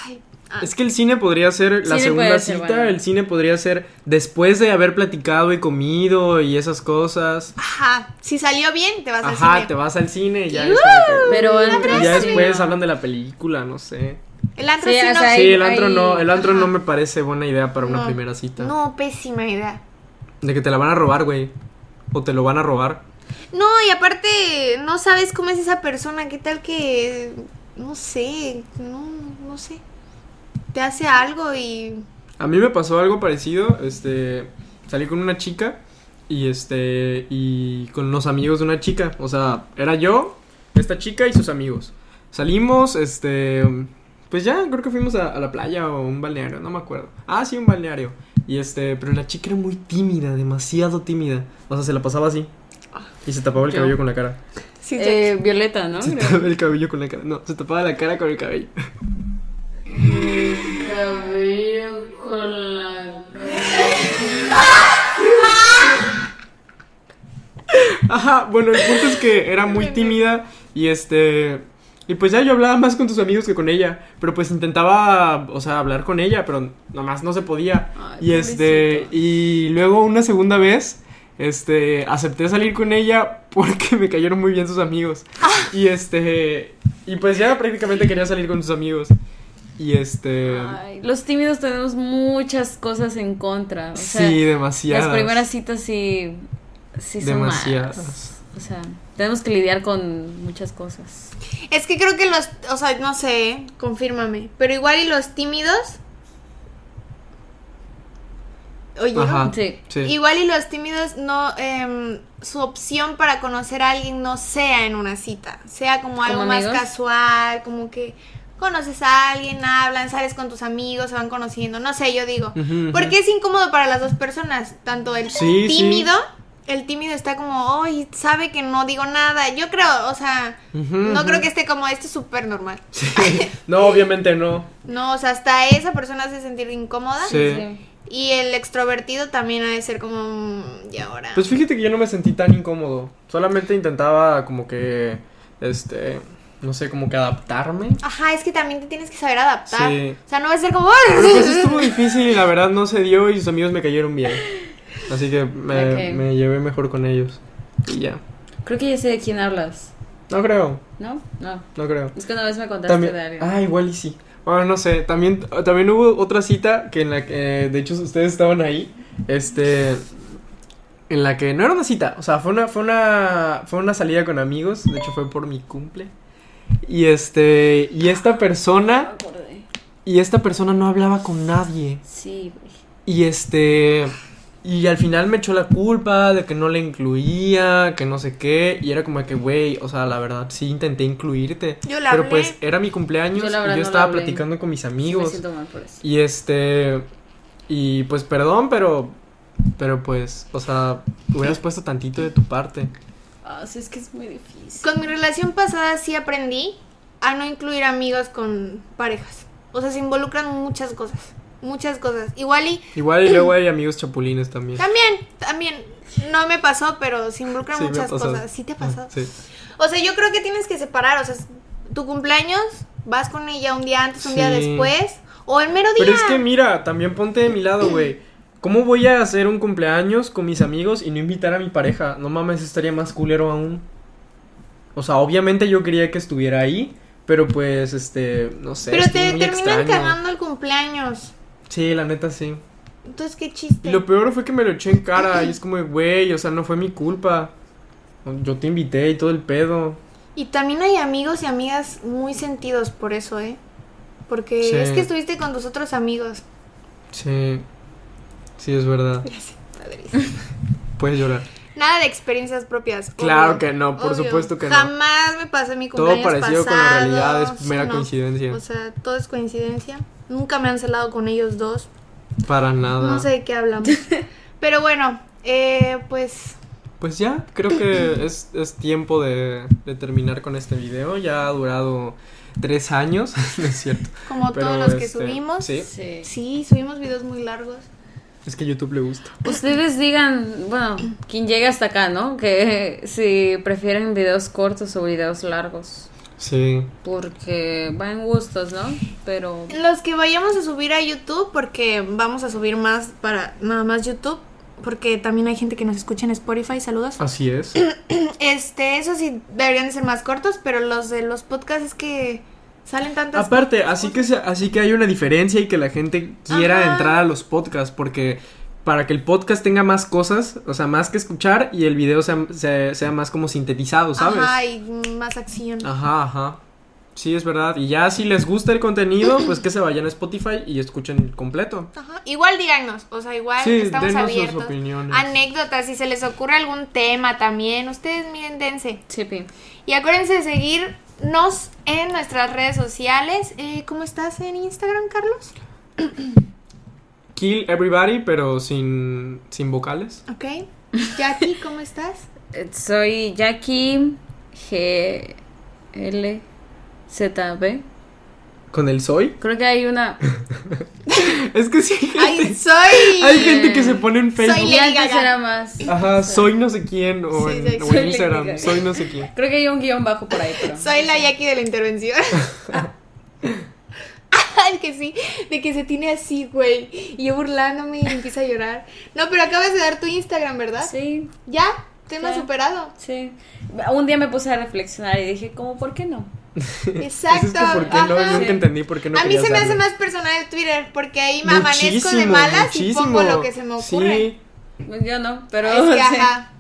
Ay, ah. Es que el cine podría ser la Cine segunda puede ser, cita, bueno. el cine podría ser después de haber platicado y comido y esas cosas. Ajá, si salió bien, te vas al Ajá, cine. te vas al cine y ya, ¡Yuhu! es como que- Pero Una antro y ya abrazo. después hablan de la película, no sé. El antro Sí, sí, o no. sea, Ahí- Sí, el antro ahí- no, el antro ajá. no me parece buena idea para una No. primera cita. No, pésima idea. De que te la van a robar, güey. O te lo van a robar. No, y aparte, no sabes cómo es esa persona. ¿Qué tal que.? No sé, no, no sé. Te hace algo y. A mí me pasó algo parecido, este, salí con una chica y este y con los amigos de una chica, o sea, era yo, esta chica y sus amigos. Salimos, este, pues ya creo que fuimos a, a la playa o un balneario, no me acuerdo. Ah, sí, un balneario. Y este, pero la chica era muy tímida, demasiado tímida. O sea, se la pasaba así. Y se tapaba el Yo. cabello con la cara. Sí, Eh, Violeta, ¿no? Se Creo. tapaba el cabello con la cara. No, se tapaba la cara con el cabello. cabello con la... Ajá, bueno, el punto es que era muy tímida y este... Y pues ya yo hablaba más con tus amigos que con ella, pero pues intentaba, o sea, hablar con ella, pero nomás no se podía. Ay, Y este, pobrecito. y luego una segunda vez, este, acepté salir con ella porque me cayeron muy bien sus amigos. Y este, y pues ya prácticamente quería salir con sus amigos. Y este, Ay, los tímidos tenemos muchas cosas en contra. O sea, sí, demasiadas. las primeras citas sí, sí son Demasiadas. malas. O sea, tenemos que lidiar con muchas cosas. Es que creo que los, o sea, no sé, confírmame, pero igual y los tímidos. Oye, Ajá, Sí. sí. igual y los tímidos no, em, su opción para conocer a alguien no sea en una cita, sea como algo más amigos? casual, como que conoces a alguien, hablan, sales con tus amigos, se van conociendo, no sé, yo digo. Ujú, ujú. Porque es incómodo para las dos personas, tanto el Sí, sí. tímido, el tímido está como, ay, sabe que no digo nada. Yo creo, o sea, Ujú, no ujú. creo que esté como, esto es súper normal. Sí. No, obviamente no. No, o sea, hasta esa persona hace sentir incómoda. Sí. Y el extrovertido también ha de ser como, "Mm, y ahora. Pues fíjate que yo no me sentí tan incómodo. Solamente intentaba como que, este, no sé, como que adaptarme. Ajá, es que también te tienes que saber adaptar. Sí. O sea, no va a ser como. Pero pues estuvo difícil y la verdad no se dio y sus amigos me cayeron bien. Así que me, Ok. me llevé mejor con ellos. Y ya. Creo que ya sé de quién hablas, No creo, ¿no? No. no creo. Es que una vez me contaste También, de alguien. ah, igual y sí. Bueno, no sé, también, también hubo otra cita que en la que, eh, de hecho, ustedes estaban ahí, este, en la que no era una cita, o sea, fue una, fue una, fue una salida con amigos, de hecho fue por mi cumple, y este, y esta Me persona, acordé. y esta persona no hablaba con nadie, Sí, güey. y este. Y al final me echó la culpa de que no le incluía, que no sé qué. Y era como de que, güey, o sea, la verdad sí intenté incluirte. Yo la pero hablé. pues era mi cumpleaños Yo la y verdad yo no estaba la hablé. platicando con mis Me amigos. siento mal por eso. y este. Y pues perdón, pero. Pero pues, o sea, hubieras puesto tantito de tu parte. Ah, sí, es que es muy difícil. Con mi relación pasada sí aprendí a no incluir amigos con parejas. O sea, se involucran muchas cosas. Muchas cosas. Igual y Igual y luego hay amigos chapulines también. también, también, no me pasó, pero se involucran Sí, me ha muchas pasado. cosas. Sí te ha pasado. Sí. O sea, yo creo que tienes que separar. O sea, es- tu cumpleaños, vas con ella un día antes, un día Sí. después. O el mero día. Pero es que mira, también ponte de mi lado, güey. ¿Cómo voy a hacer un cumpleaños con mis amigos y no invitar a mi pareja? No mames, estaría más culero aún. O sea, obviamente yo quería que estuviera ahí, pero pues, este, no sé. Pero estuvo te muy terminan extraño. cagando el cumpleaños. Sí, la neta sí. Entonces, qué chiste. Y lo peor fue que me lo eché en cara y es como, de, güey, o sea, no fue mi culpa. Yo te invité y todo el pedo. Y también hay amigos y amigas muy sentidos por eso, ¿eh? Porque Sí. es que estuviste con tus otros amigos. Sí. Sí, es verdad. Gracias, padrísimo. Puedes llorar. Nada de experiencias propias. Claro que no, por supuesto que no. Jamás me pasó en mi Todo cumpleaños parecido con la pasado, realidad es sí, mera no. Pues, coincidencia. O sea, todo es coincidencia. Nunca me han celado con ellos dos. Para nada. No sé de qué hablamos. Pero bueno, eh, pues Pues ya, creo que es, es tiempo de, de terminar con este video. Ya ha durado tres años, no es cierto. como Pero, todos los que este, subimos. sí. Sí. Sí, subimos videos muy largos. Es que YouTube le gusta. Ustedes digan, bueno, quien llegue hasta acá, ¿no? Que si prefieren videos cortos o videos largos. Sí. Porque va en gustos, ¿no? Pero. Los que vayamos a subir a YouTube, porque vamos a subir más para nada más YouTube, porque también hay gente que nos escucha en Spotify, saludos. Así es. Este, eso sí, deberían de ser más cortos, pero los de los podcasts es que salen tantas... Aparte, así que, se- así que hay una diferencia y que la gente quiera Ajá. entrar a los podcasts porque para que el podcast tenga más cosas, o sea, más que escuchar y el video sea, sea, sea más como sintetizado, ¿sabes? Ah. Ajá, y más acción. Ajá, ajá. Sí, es verdad. Y ya si les gusta el contenido, pues que se vayan a Spotify y escuchen el completo. Ajá. Igual díganos, o sea, igual Sí, estamos denos sus abiertos. opiniones. Anécdotas, si se les ocurre algún tema también, ustedes miren, dense. Chippy. Y acuérdense de seguirnos en nuestras redes sociales. Eh, ¿Cómo estás en Instagram, Carlos? Kill Everybody, pero sin, sin vocales. Ok. Jackie, ¿cómo estás? Eh, Soy Jackie G L Z B. ¿Con el soy? Creo que hay una. Es que sí. hay gente- ¡Ay, soy! hay gente que se pone en Facebook. Soy Y Lady antes Gaga. era más. Ajá, soy no sé quién o Sí, en, o en soy- soy Lady Instagram, Gaga. soy no sé quién. Creo que hay un guión bajo por ahí, pero. Soy la Jackie de la intervención. Ay, que sí, de que se tiene así, güey. Y yo burlándome y empieza a llorar. No, pero acabas de dar tu Instagram, ¿verdad? Sí, Ya, tema Sí. superado. sí. Un día me puse a reflexionar y dije, ¿cómo por qué no? Eso Exacto. es que por qué no, ajá. nunca entendí por qué no a mí querías se me hace darle. más personal el Twitter porque ahí me amanezco de Muchísimo, malas y pongo muchísimo. lo que se me ocurre. Sí, Pues Yo no, pero. Es que, sí. ajá.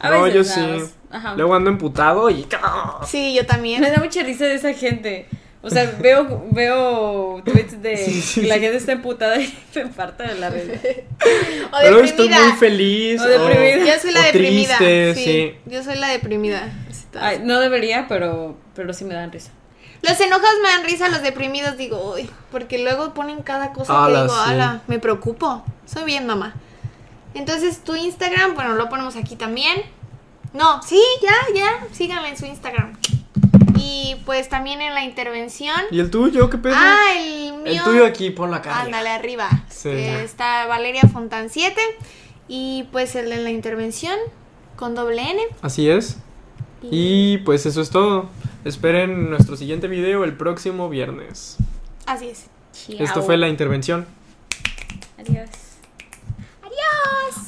A no, veces yo nada sí. más. Ajá. Luego ando emputado y... Sí, yo Me también. da mucha risa de esa gente. O sea, veo, veo tweets de Sí, sí, que la sí. gente está emputada y me parto de la risa. O Pero estoy muy deprimida. feliz. O deprimida. Yo soy la o deprimida. triste, sí. sí. Yo soy la deprimida. Así todo. Ay, no debería, pero, pero sí me dan risa. Los enojados me dan risa, los deprimidos digo, uy, porque luego ponen cada cosa Ala, que digo, sí. ala, me preocupo. Soy bien mamá. Entonces tu Instagram, bueno, lo ponemos aquí también. No, sí, ya, ya, síganla en su Instagram. Y pues también en la intervención. oh. ¿Y el tuyo qué pedo? Ah, el mío. el tuyo aquí, por la cara. Ándale, arriba. Sí. que está Valeria Fontan 7. Y pues el de la intervención con doble N. Así es. Y pues eso es todo. Esperen nuestro siguiente video el próximo viernes. Así es. Esto fue la intervención. Adiós. Oye,